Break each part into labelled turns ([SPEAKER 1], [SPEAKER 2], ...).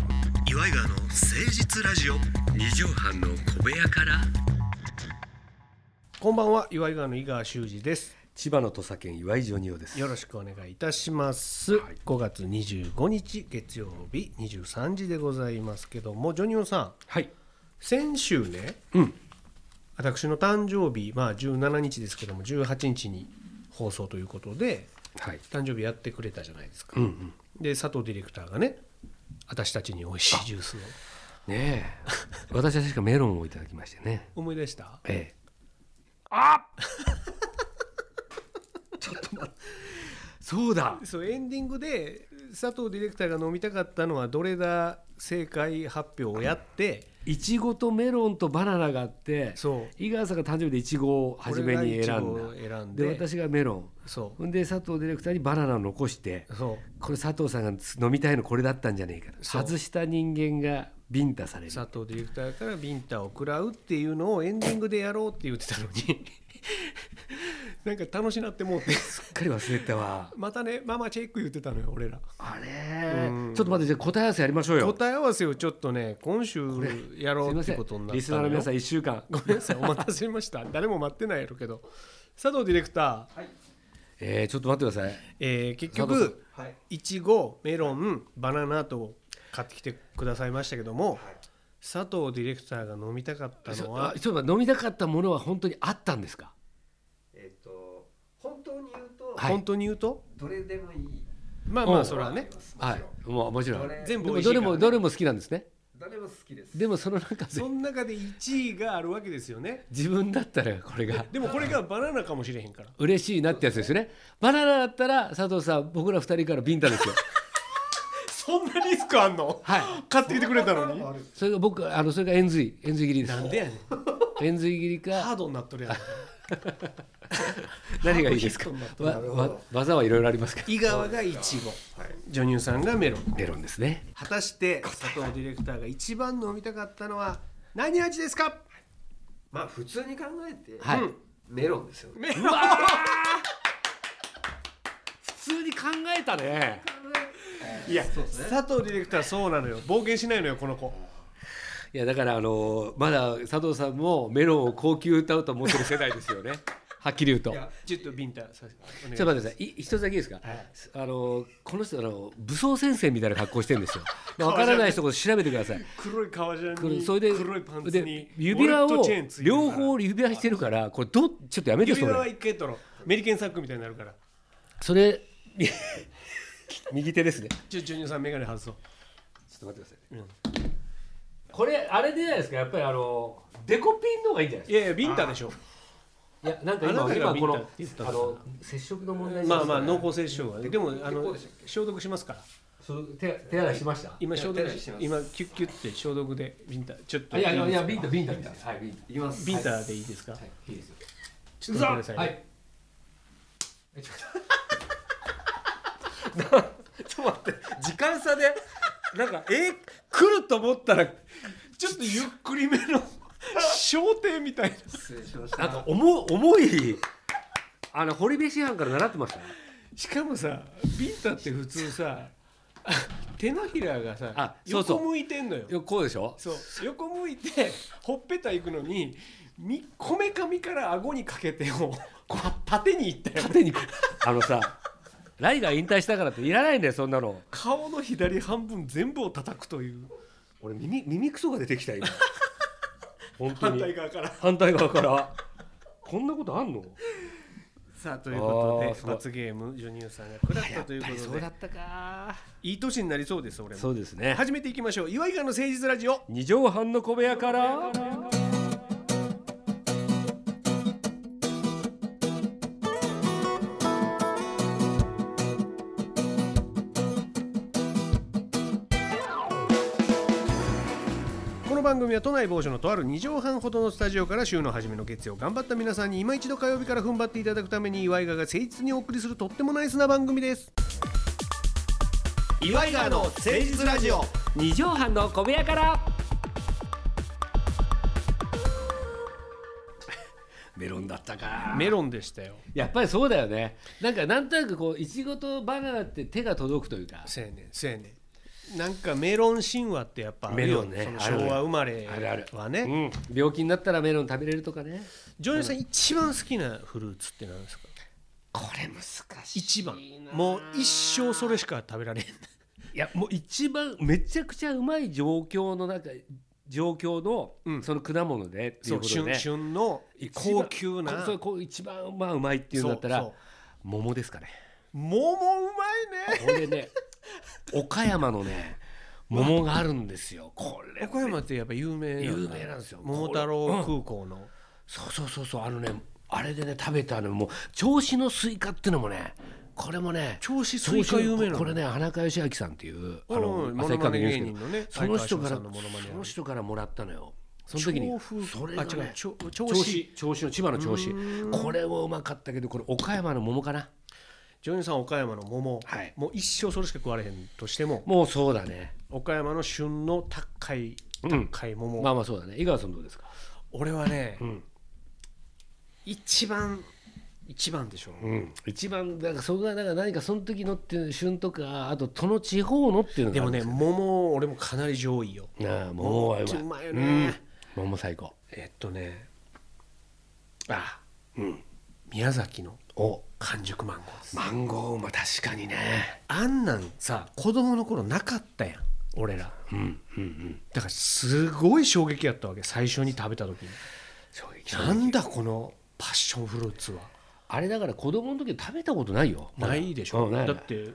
[SPEAKER 1] イガーの誠実ラジオ
[SPEAKER 2] 二畳半の小部屋から
[SPEAKER 1] こんばんは岩井川の井川修司です
[SPEAKER 2] 千葉の土佐県岩井ジョニオです
[SPEAKER 1] よろしくお願いいたします、
[SPEAKER 2] はい
[SPEAKER 1] 5月25日月曜日23時でございますけどもジョニオさん
[SPEAKER 2] はい
[SPEAKER 1] 先週ね
[SPEAKER 2] うん
[SPEAKER 1] 私の誕生日まあ17日ですけども18日に放送ということで
[SPEAKER 2] はい
[SPEAKER 1] 誕生日やってくれたじゃないですか、
[SPEAKER 2] うんうん
[SPEAKER 1] で佐藤ディレクターがね私たちに美味しいジュースを
[SPEAKER 2] ねえ私は確かメロンをいただきましてね
[SPEAKER 1] 思い出した
[SPEAKER 2] ええあ ちょっと待ってそうだ
[SPEAKER 1] そうエンディングで佐藤ディレクターが飲みたかったのはどれだ正解発表をやって、
[SPEAKER 2] いちごとメロンとバナナがあって
[SPEAKER 1] そう
[SPEAKER 2] 井川さんが誕生日でいちごを初めに選ん
[SPEAKER 1] 俺
[SPEAKER 2] だ
[SPEAKER 1] がイチゴを選んで
[SPEAKER 2] で私がメロン
[SPEAKER 1] そ
[SPEAKER 2] ほんで佐藤ディレクターにバナナを残して
[SPEAKER 1] うそう
[SPEAKER 2] これ佐藤さんが飲みたいのこれだったんじゃねえかと
[SPEAKER 1] そう
[SPEAKER 2] 外した人間がビンタされる
[SPEAKER 1] 佐藤ディレクターからビンタを食らうっていうのをエンディングでやろうって言ってたのに なんか楽しなってもうて
[SPEAKER 2] すっかり忘れてたわ
[SPEAKER 1] またねママチェック言ってたのよ俺ら
[SPEAKER 2] あれ
[SPEAKER 1] うん
[SPEAKER 2] ちょっと待ってじゃあ答え合わせやりましょうよ
[SPEAKER 1] 答え合わせをちょっとね今週やろ
[SPEAKER 2] すいうま
[SPEAKER 1] っ
[SPEAKER 2] せ
[SPEAKER 1] て
[SPEAKER 2] ん
[SPEAKER 1] ことになった
[SPEAKER 2] リスナーの皆さん
[SPEAKER 1] ん
[SPEAKER 2] 1週間
[SPEAKER 1] ごめんなさいお待たせしました誰も待ってないやろけど佐藤ディレクター、
[SPEAKER 2] えー、ちょっと待ってください
[SPEAKER 1] えー結
[SPEAKER 2] 佐藤
[SPEAKER 1] 局いちごメロンバナナと買ってきてくださいましたけども、佐藤ディレクターが飲みたかった
[SPEAKER 2] そ
[SPEAKER 1] の
[SPEAKER 2] あ
[SPEAKER 1] は
[SPEAKER 2] ちょっと待って飲みたかったものは本当にあったんですか
[SPEAKER 3] えっ、と本当に言うと、
[SPEAKER 2] はい
[SPEAKER 1] 本当に言うと、
[SPEAKER 3] どれでもいい
[SPEAKER 1] まあま
[SPEAKER 2] う
[SPEAKER 1] あ
[SPEAKER 2] ん
[SPEAKER 1] それはね
[SPEAKER 2] はいもうもちろん
[SPEAKER 3] どれ
[SPEAKER 1] 全
[SPEAKER 2] で
[SPEAKER 1] 部美
[SPEAKER 2] も
[SPEAKER 1] 味し
[SPEAKER 2] どれ
[SPEAKER 1] いから、
[SPEAKER 2] も
[SPEAKER 1] ね、
[SPEAKER 2] どれも好きなんですね
[SPEAKER 3] どれも好きです
[SPEAKER 2] でもその中で
[SPEAKER 1] その中で1位があるわけですよね
[SPEAKER 2] 自分だったらこれが
[SPEAKER 1] でもこれがバナナかもしれへんから
[SPEAKER 2] 嬉しいなってやつですよねバナナだったら佐藤さん僕ら二人からビンタですよ
[SPEAKER 1] そんなリスクあんの
[SPEAKER 2] はい
[SPEAKER 1] 買ってきてくれたのに
[SPEAKER 3] ある
[SPEAKER 2] それが僕あのそれが円髄円髄切りです
[SPEAKER 1] なんでやねん
[SPEAKER 2] 円髄切り
[SPEAKER 1] ハ
[SPEAKER 2] か
[SPEAKER 1] ードになっとるやん
[SPEAKER 2] 何がいいですか
[SPEAKER 1] ハードヒットになっ
[SPEAKER 2] わわ技はいろいろありますけど
[SPEAKER 1] とる井川がイチゴジョニューさんがメロン
[SPEAKER 2] メロンですね
[SPEAKER 1] 果たして佐藤ディレクターが一番飲みたかったのは何味ですか
[SPEAKER 3] まあ普通に考えて、
[SPEAKER 2] はい、
[SPEAKER 1] うん
[SPEAKER 3] メロンですよね
[SPEAKER 1] メロン
[SPEAKER 2] 普通に考えたね
[SPEAKER 1] いや
[SPEAKER 3] そうですね
[SPEAKER 1] 佐藤ディレクターそうなのよ冒険しないのよこの子
[SPEAKER 2] いやだからあのまだ佐藤さんもメロンを高級歌うと思ってる世代ですよ ねはっきり言うと
[SPEAKER 3] い
[SPEAKER 2] ちょ
[SPEAKER 3] や
[SPEAKER 1] ちょっとビンタさせてお願
[SPEAKER 2] っ
[SPEAKER 1] いし
[SPEAKER 2] と
[SPEAKER 1] ま
[SPEAKER 2] 待ってくださいい一つだけいいですか、
[SPEAKER 1] はい
[SPEAKER 2] あのこの人あの武装先生みたいな格好してるん ですよまあわからない人こそ調べてください
[SPEAKER 1] す黒い革ジ
[SPEAKER 2] こ
[SPEAKER 1] ャン
[SPEAKER 2] れ
[SPEAKER 1] に
[SPEAKER 2] それで
[SPEAKER 1] 黒いパンツに
[SPEAKER 2] で指輪
[SPEAKER 1] ウォレ
[SPEAKER 2] を
[SPEAKER 1] ットチェーンついてるから
[SPEAKER 2] 両方指輪してるからこれどちょっとやめて
[SPEAKER 1] 指
[SPEAKER 2] そ
[SPEAKER 1] 輪は
[SPEAKER 2] れ
[SPEAKER 1] 一回取ろうメリケンサックみたいになるから
[SPEAKER 2] それ 右手ですね
[SPEAKER 1] ちょジョニオさん眼鏡外そう
[SPEAKER 2] ちょっと待ってください、
[SPEAKER 1] うん
[SPEAKER 2] これあれじゃないですかやっぱりあのデコピンの方がいいんじゃない
[SPEAKER 1] いやいやビンタでしょ
[SPEAKER 2] いやなんか
[SPEAKER 1] あな
[SPEAKER 2] 今
[SPEAKER 1] たが
[SPEAKER 2] 今こ
[SPEAKER 1] 見
[SPEAKER 2] の
[SPEAKER 1] た言った
[SPEAKER 2] あの接触の問題
[SPEAKER 1] まあまあ
[SPEAKER 2] の
[SPEAKER 1] 濃厚接触はねでもあ
[SPEAKER 3] こ
[SPEAKER 1] の
[SPEAKER 3] うでしたっ
[SPEAKER 1] 消毒しますから
[SPEAKER 2] 手手洗いしました。
[SPEAKER 1] 今
[SPEAKER 3] いや
[SPEAKER 1] 消毒
[SPEAKER 3] 手洗いしてます
[SPEAKER 1] 今キュッキュッて消毒でビンタちょっと
[SPEAKER 2] あいやいやいや
[SPEAKER 1] い
[SPEAKER 2] ビンタビンタビンタはいビン
[SPEAKER 3] いきます
[SPEAKER 1] ビン
[SPEAKER 3] は
[SPEAKER 1] タでいいですか
[SPEAKER 2] タはいいいですよ。
[SPEAKER 1] ちょっと待ってください
[SPEAKER 2] は
[SPEAKER 1] ね
[SPEAKER 2] い。えちょ
[SPEAKER 1] ちょっと待って時間差でなんかえ来ると思ったらちょっとゆっくりめの焦点みたいない
[SPEAKER 3] 失礼しまし
[SPEAKER 2] っとなん
[SPEAKER 3] た
[SPEAKER 2] か重重いあの堀部師範から習ってました。
[SPEAKER 1] しかもさビンタって普通さあ手のひらがさ
[SPEAKER 2] あそうそう
[SPEAKER 1] 横向いてんのよ
[SPEAKER 2] よこうでしょ。
[SPEAKER 1] そう横向いてほっぺた行くのにみこめかみから顎にかけてをこう縦にいったよ
[SPEAKER 2] 縦にこうあのさライガー引退したからっていらないんだよそんなの。
[SPEAKER 1] 顔の左半分全部を叩くという
[SPEAKER 2] 俺耳耳クソが出てきた今。 本当
[SPEAKER 1] 反対
[SPEAKER 2] に
[SPEAKER 1] 側から。
[SPEAKER 2] 反対側から。こんなことあんの？
[SPEAKER 1] さあということ
[SPEAKER 2] あー
[SPEAKER 1] です
[SPEAKER 2] ごい
[SPEAKER 1] 罰ゲームジョニオさんが食らったという
[SPEAKER 2] やっぱ
[SPEAKER 1] こ
[SPEAKER 2] り
[SPEAKER 1] と
[SPEAKER 2] そう
[SPEAKER 1] で
[SPEAKER 2] だったか。
[SPEAKER 1] いい年になりそうです俺も
[SPEAKER 2] そうですね。
[SPEAKER 1] 始めていきましょう岩井川の誠実ラジオ
[SPEAKER 2] 二畳半の小部屋から。
[SPEAKER 1] この番組は都内某所のとある2畳半ほどのスタジオから週の初めの月曜頑張った皆さんに今一度火曜日から踏ん張っていただくために岩井川が誠実にお送りするとってもナイスな番組です岩井川の誠実ラジオ
[SPEAKER 2] 二畳半の小部屋から。 メロンだったか。
[SPEAKER 1] メロンでしたよ
[SPEAKER 2] やっぱりそうだよね。なんかなんとなくこういちごとバナナって手が届くというか。
[SPEAKER 1] せやねんせやねんなんかメロン神話ってやっぱあるよ
[SPEAKER 2] メロンね
[SPEAKER 1] その昭和生まれ
[SPEAKER 2] あるある
[SPEAKER 1] はね
[SPEAKER 2] うん、病気になったらメロン食べれるとかね
[SPEAKER 1] ジョニーさん一番好きなフルーツって何ですか
[SPEAKER 2] これ難しい
[SPEAKER 1] 一番もう一生それしか食べられへん
[SPEAKER 2] いやもう一番めちゃくちゃうまい状況の中状況の、
[SPEAKER 1] うん
[SPEAKER 2] その果物でっていう
[SPEAKER 1] そう
[SPEAKER 2] ことで、ね、
[SPEAKER 1] 旬旬の
[SPEAKER 2] 一番
[SPEAKER 1] 高級な
[SPEAKER 2] こそうこう一番まあうまいっていうんだったら
[SPEAKER 1] そうそう
[SPEAKER 2] 桃ですかね
[SPEAKER 1] 桃う まいね
[SPEAKER 2] これ ね岡山のね桃があるんですよこれ
[SPEAKER 1] 岡山ってやっぱ有名なんだ
[SPEAKER 2] 有名なんですよ
[SPEAKER 1] 桃太郎空港の、
[SPEAKER 2] そうそうそうそうあのねあれでね食べたのもう銚子のスイカっていうのもねこれもね
[SPEAKER 1] 銚子スイ
[SPEAKER 2] 銚
[SPEAKER 1] カ
[SPEAKER 2] 子
[SPEAKER 1] 有名なの
[SPEAKER 2] これね花川義明さんっていうあ
[SPEAKER 1] うん
[SPEAKER 2] の
[SPEAKER 1] うん
[SPEAKER 2] 旭川の
[SPEAKER 1] モノマネ芸
[SPEAKER 2] 有名
[SPEAKER 1] 人
[SPEAKER 2] です
[SPEAKER 1] のね
[SPEAKER 2] けどその人から
[SPEAKER 1] 相川翔さんのモノマネ
[SPEAKER 2] その人からもらったのよその時に
[SPEAKER 1] 調布
[SPEAKER 2] それが
[SPEAKER 1] あ違う
[SPEAKER 2] ね
[SPEAKER 1] 調
[SPEAKER 2] 銚
[SPEAKER 1] 調
[SPEAKER 2] 子
[SPEAKER 1] 子
[SPEAKER 2] 銚子の千葉の銚子これもうまかったけどこれ岡山の桃かな
[SPEAKER 1] ジョニーさん岡山の桃、
[SPEAKER 2] はい
[SPEAKER 1] もう一生それしか食われへんとしても
[SPEAKER 2] もうそうだね
[SPEAKER 1] 岡山の旬の高い
[SPEAKER 2] うん
[SPEAKER 1] 高い桃、
[SPEAKER 2] まあまあそうだね井川さんどうですか
[SPEAKER 1] 俺はね、
[SPEAKER 2] ん
[SPEAKER 1] 一番一番でしょう、
[SPEAKER 2] うん、一番だからそこがだから何かその時のっていう旬とかあとその地方のっていうの
[SPEAKER 1] で
[SPEAKER 2] があ
[SPEAKER 1] も
[SPEAKER 2] るん
[SPEAKER 1] ね
[SPEAKER 2] す
[SPEAKER 1] 桃俺もかなり上位よ
[SPEAKER 2] よああ桃はうまい
[SPEAKER 1] 桃ってうまいよね
[SPEAKER 2] うん、桃最高
[SPEAKER 1] えっとねあ
[SPEAKER 2] うん
[SPEAKER 1] 宮崎の
[SPEAKER 2] お
[SPEAKER 1] 完熟マンゴーです、
[SPEAKER 2] マンゴーま確かにね
[SPEAKER 1] あんなんさ子供の頃なかったやん俺ら
[SPEAKER 2] うんうんうん
[SPEAKER 1] だからすごい衝撃やったわけ最初に食べた時に
[SPEAKER 2] 衝撃
[SPEAKER 1] なんだこのパッションフルーツは
[SPEAKER 2] あれだから子供の時食べたことないよまだ
[SPEAKER 1] ないでしょ、
[SPEAKER 2] うんない
[SPEAKER 1] だって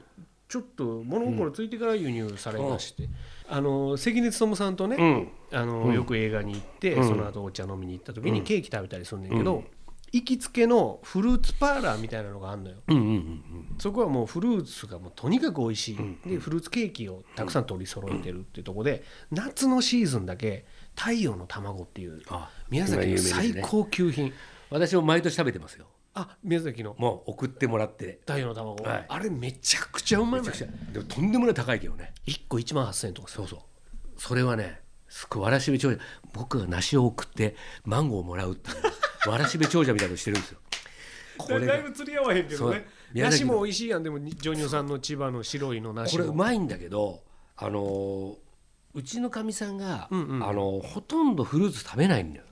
[SPEAKER 1] ちょっと物心ついてから輸入されまして、あの関根勤さんとね、
[SPEAKER 2] うん
[SPEAKER 1] あのよく映画に行って、
[SPEAKER 2] うん
[SPEAKER 1] その後お茶飲みに行った時にケーキ食べたりするんだけど、行きつけのフルーツパーラーみたいなのがあるのよ
[SPEAKER 2] うんうんうん
[SPEAKER 1] そこはもうフルーツがもうとにかく美味しい、でフルーツケーキをたくさん取り揃えてるっていうところで、夏のシーズンだけ太陽の卵っていう
[SPEAKER 2] あ
[SPEAKER 1] 宮崎の最高級品、
[SPEAKER 2] 私も毎年食べてますよ
[SPEAKER 1] あ宮崎の
[SPEAKER 2] もう送ってもらって
[SPEAKER 1] 太陽の卵、
[SPEAKER 2] はい
[SPEAKER 1] あれめちゃくちゃうまい
[SPEAKER 2] めちゃくちゃでもとんでもない高いけどね
[SPEAKER 1] 1個1万8000円とか
[SPEAKER 2] そうそうそれはねすごいわらしべ長者僕が梨を送ってマンゴーをもらうっていうわらしべ長者みたいなことしてるんです よこ
[SPEAKER 1] だ
[SPEAKER 2] れ
[SPEAKER 1] だい
[SPEAKER 2] が
[SPEAKER 1] ぶ釣り合わへんけど
[SPEAKER 2] そう
[SPEAKER 1] ね
[SPEAKER 2] 宮崎
[SPEAKER 1] 梨
[SPEAKER 2] の
[SPEAKER 1] も美味しいやんでもジョニオさんの千葉の白いの梨
[SPEAKER 2] これ
[SPEAKER 1] も
[SPEAKER 2] うまいんだけどあのーうちのかみさんが、
[SPEAKER 1] うんうん
[SPEAKER 2] あのーほとんどフルーツ食べないんだよ、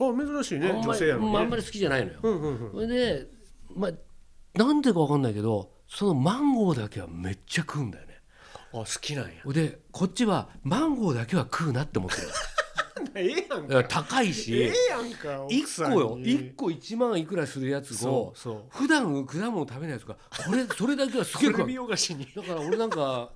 [SPEAKER 1] あ珍しいね
[SPEAKER 2] あん
[SPEAKER 1] 女
[SPEAKER 2] まり
[SPEAKER 1] 性やのに
[SPEAKER 2] まああん
[SPEAKER 1] ね
[SPEAKER 2] まり好きじゃないのよ、
[SPEAKER 1] うんうんうん
[SPEAKER 2] それでまあなんでか分かんないけどそのマンゴーだけはめっちゃ食うんだよね
[SPEAKER 1] あ好きなんや
[SPEAKER 2] でこっちはマンゴーだけは食うなって思ってる
[SPEAKER 1] ええやん
[SPEAKER 2] だから高い し、
[SPEAKER 1] ええやんか奥
[SPEAKER 2] 一
[SPEAKER 1] さん
[SPEAKER 2] 個
[SPEAKER 1] に
[SPEAKER 2] よ一個1万いくらするやつ
[SPEAKER 1] そ
[SPEAKER 2] を
[SPEAKER 1] うそう
[SPEAKER 2] 普段果物食べないやつがこれそれだけはすげえ
[SPEAKER 1] こ れ
[SPEAKER 2] 食う
[SPEAKER 1] 見よがしに
[SPEAKER 2] だから俺なんか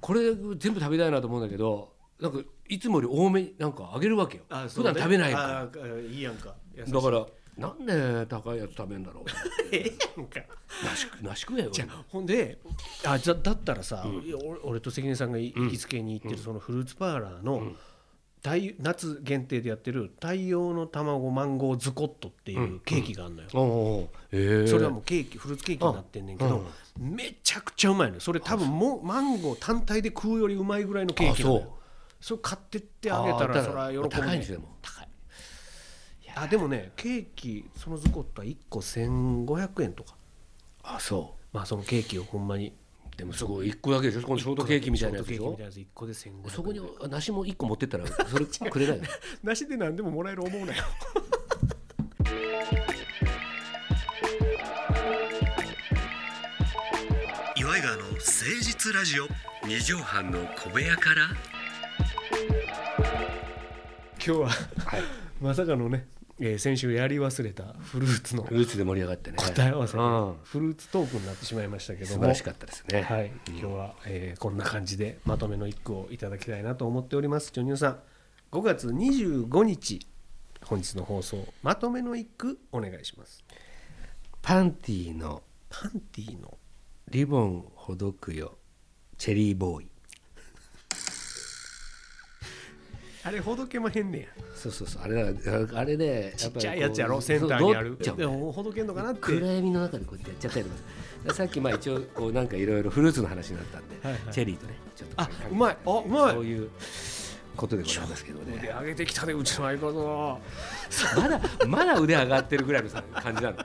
[SPEAKER 2] これ全部食べたいなと思うんだけどなんかいつもより多めになんかあげるわけよ、普段食べないから
[SPEAKER 1] らいいやんか優しい
[SPEAKER 2] だからなんで高いやつ食べんだろう
[SPEAKER 1] ええやんか
[SPEAKER 2] 梨食梨食えよ
[SPEAKER 1] じゃあほんであじゃだったらさ、いや俺俺と関根さんがい行きつけに行ってるそのフルーツパーラーの、太夏限定でやってる太陽の卵マンゴーズコットっていうケーキがあるのよ、
[SPEAKER 2] おうおうえー、
[SPEAKER 1] それはもうケーキフルーツケーキになってんねんけど、めちゃくちゃうまいのよそれ多分もうマンゴー単体で食うよりうまいぐらいのケーキなの
[SPEAKER 2] あそ
[SPEAKER 1] よそれ買ってってあげたら
[SPEAKER 2] あ
[SPEAKER 1] それは喜ぶ、ね、
[SPEAKER 2] 高いんですよでも
[SPEAKER 1] 高いあでもねケーキそのズコットは1個1500円とか
[SPEAKER 2] あそ
[SPEAKER 1] まあそのケーキをほんまに
[SPEAKER 2] うでもすごい1個だけでしょこのショートケーキみたいなやつでし
[SPEAKER 1] ショート
[SPEAKER 2] ょ
[SPEAKER 1] ケーキみたいなやつ1個で1500円
[SPEAKER 2] そこに梨も1個持ってったらそれくれない よ
[SPEAKER 1] なしで何でももらえる思うなよ
[SPEAKER 2] 岩井川の誠実ラジオ二畳半の小部屋から
[SPEAKER 1] 今日は、まさかのね、えー先週やり忘れたフルーツの
[SPEAKER 2] ルーツで盛り上がってね
[SPEAKER 1] 答え合わせ、
[SPEAKER 2] うん
[SPEAKER 1] フルーツトークになってしまいましたけど
[SPEAKER 2] 素
[SPEAKER 1] も
[SPEAKER 2] 晴らしかったですね、
[SPEAKER 1] はい、今日は、えーこんな感じでまとめの一句をいただきたいなと思っておりますジョニオさん5月25日本日の放送まとめの一句お願いします
[SPEAKER 2] パンティーの
[SPEAKER 1] パンティーの
[SPEAKER 2] リボンほどくよチェリーボーイ
[SPEAKER 1] あれほどけまへんねや
[SPEAKER 2] そうそうそうあれだあれね
[SPEAKER 1] ち
[SPEAKER 2] や
[SPEAKER 1] っ
[SPEAKER 2] っぱりこう
[SPEAKER 1] ちゃいやつやろセンターにある
[SPEAKER 2] そうどっち
[SPEAKER 1] で
[SPEAKER 2] もね
[SPEAKER 1] もほどけんのかなって
[SPEAKER 2] 暗闇の中でこうやってやっちゃったりとかささっきまあ一応こうなんかいろいろフルーツの話になったんで、
[SPEAKER 1] はいはい
[SPEAKER 2] チェリーとねちょっと
[SPEAKER 1] あうまいあうまい
[SPEAKER 2] そういうことでございますけどね
[SPEAKER 1] 腕上げてきたねうちの相方は
[SPEAKER 2] まだまだ腕上がってるぐらいのさ感じなの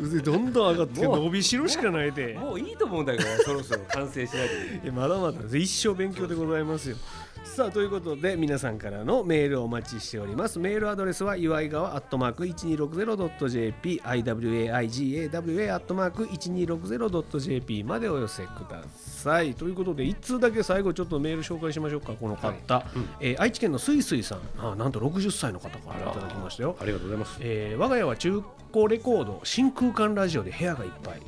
[SPEAKER 1] 腕どんどん上がって
[SPEAKER 2] もう
[SPEAKER 1] 伸びしろしかないで
[SPEAKER 2] もういいと思うんだけどそろそろ 完成しないといけない
[SPEAKER 1] いやまだまだです一生勉強でございますよさあということで皆さんからのメールをお待ちしておりますメールアドレスは岩井川アットマーク 1260.jp iwaigawa アットマーク 1260.jp までお寄せくださいということで一通だけ最後ちょっとメール紹介しましょうかこの方、えー愛知県のすいすいさんあなんと60歳の方からいただきましたよ
[SPEAKER 2] ありがとうございます
[SPEAKER 1] えー我が家は中古レコード真空管ラジオで部屋がいっぱい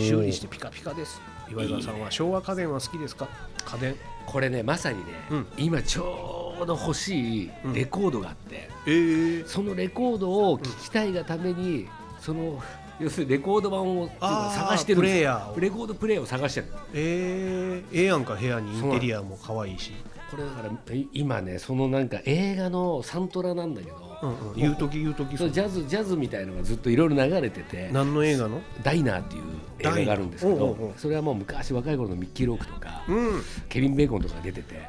[SPEAKER 1] 修理してピカピカです岩井川さんは昭和家電は好きですか家電
[SPEAKER 2] これねまさにね、
[SPEAKER 1] うん
[SPEAKER 2] 今ちょうど欲しいレコードがあって、
[SPEAKER 1] ええ
[SPEAKER 2] そのレコードを聴きたいがために、その要するにレコード版を
[SPEAKER 1] あー
[SPEAKER 2] 探してるんですよ
[SPEAKER 1] プレイヤーを
[SPEAKER 2] レコードプレイヤーを探してる
[SPEAKER 1] えええやんか部屋にインテリアも可愛いし
[SPEAKER 2] これだからい今ねそのなんか映画のサントラなんだけど、
[SPEAKER 1] うんうん言う時言う時
[SPEAKER 2] そうジャズジャズみたいのがずっといろいろ流れてて
[SPEAKER 1] 何の映画の
[SPEAKER 2] ダイナーっていう映画があるんですけ
[SPEAKER 1] ダイナーお
[SPEAKER 2] ど
[SPEAKER 1] うおうおう
[SPEAKER 2] それはもう昔若い頃のミッキー・ロークとか、
[SPEAKER 1] うん
[SPEAKER 2] ケビン・ベーコンとかが出てて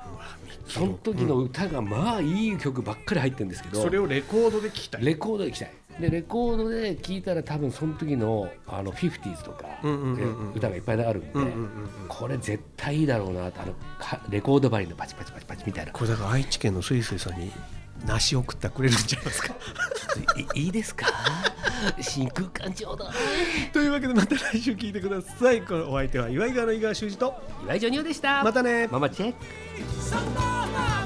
[SPEAKER 2] その時の歌がまあいい曲ばっかり入ってるんですけど、
[SPEAKER 1] それをレコードで聞きたい
[SPEAKER 2] レコードで聴きたいでレコードで聴いたら多分その時のあの 50s とか、
[SPEAKER 1] うんうんうんうん
[SPEAKER 2] で歌がいっぱいあるんで、
[SPEAKER 1] うんうんうんうん
[SPEAKER 2] これ絶対いいだろうなとあのかレコード針のパチパチパチパチみたいな
[SPEAKER 1] これだから愛知県のすいすいさんに梨送ってくれるんじゃないですか
[SPEAKER 2] いいいです か真空管ちょう ど
[SPEAKER 1] というわけでまた来週聞いてくださいこのお相手は岩井川の井川修司と
[SPEAKER 2] 岩井ジョニオでした
[SPEAKER 1] またね
[SPEAKER 2] ママチェック
[SPEAKER 4] Santana!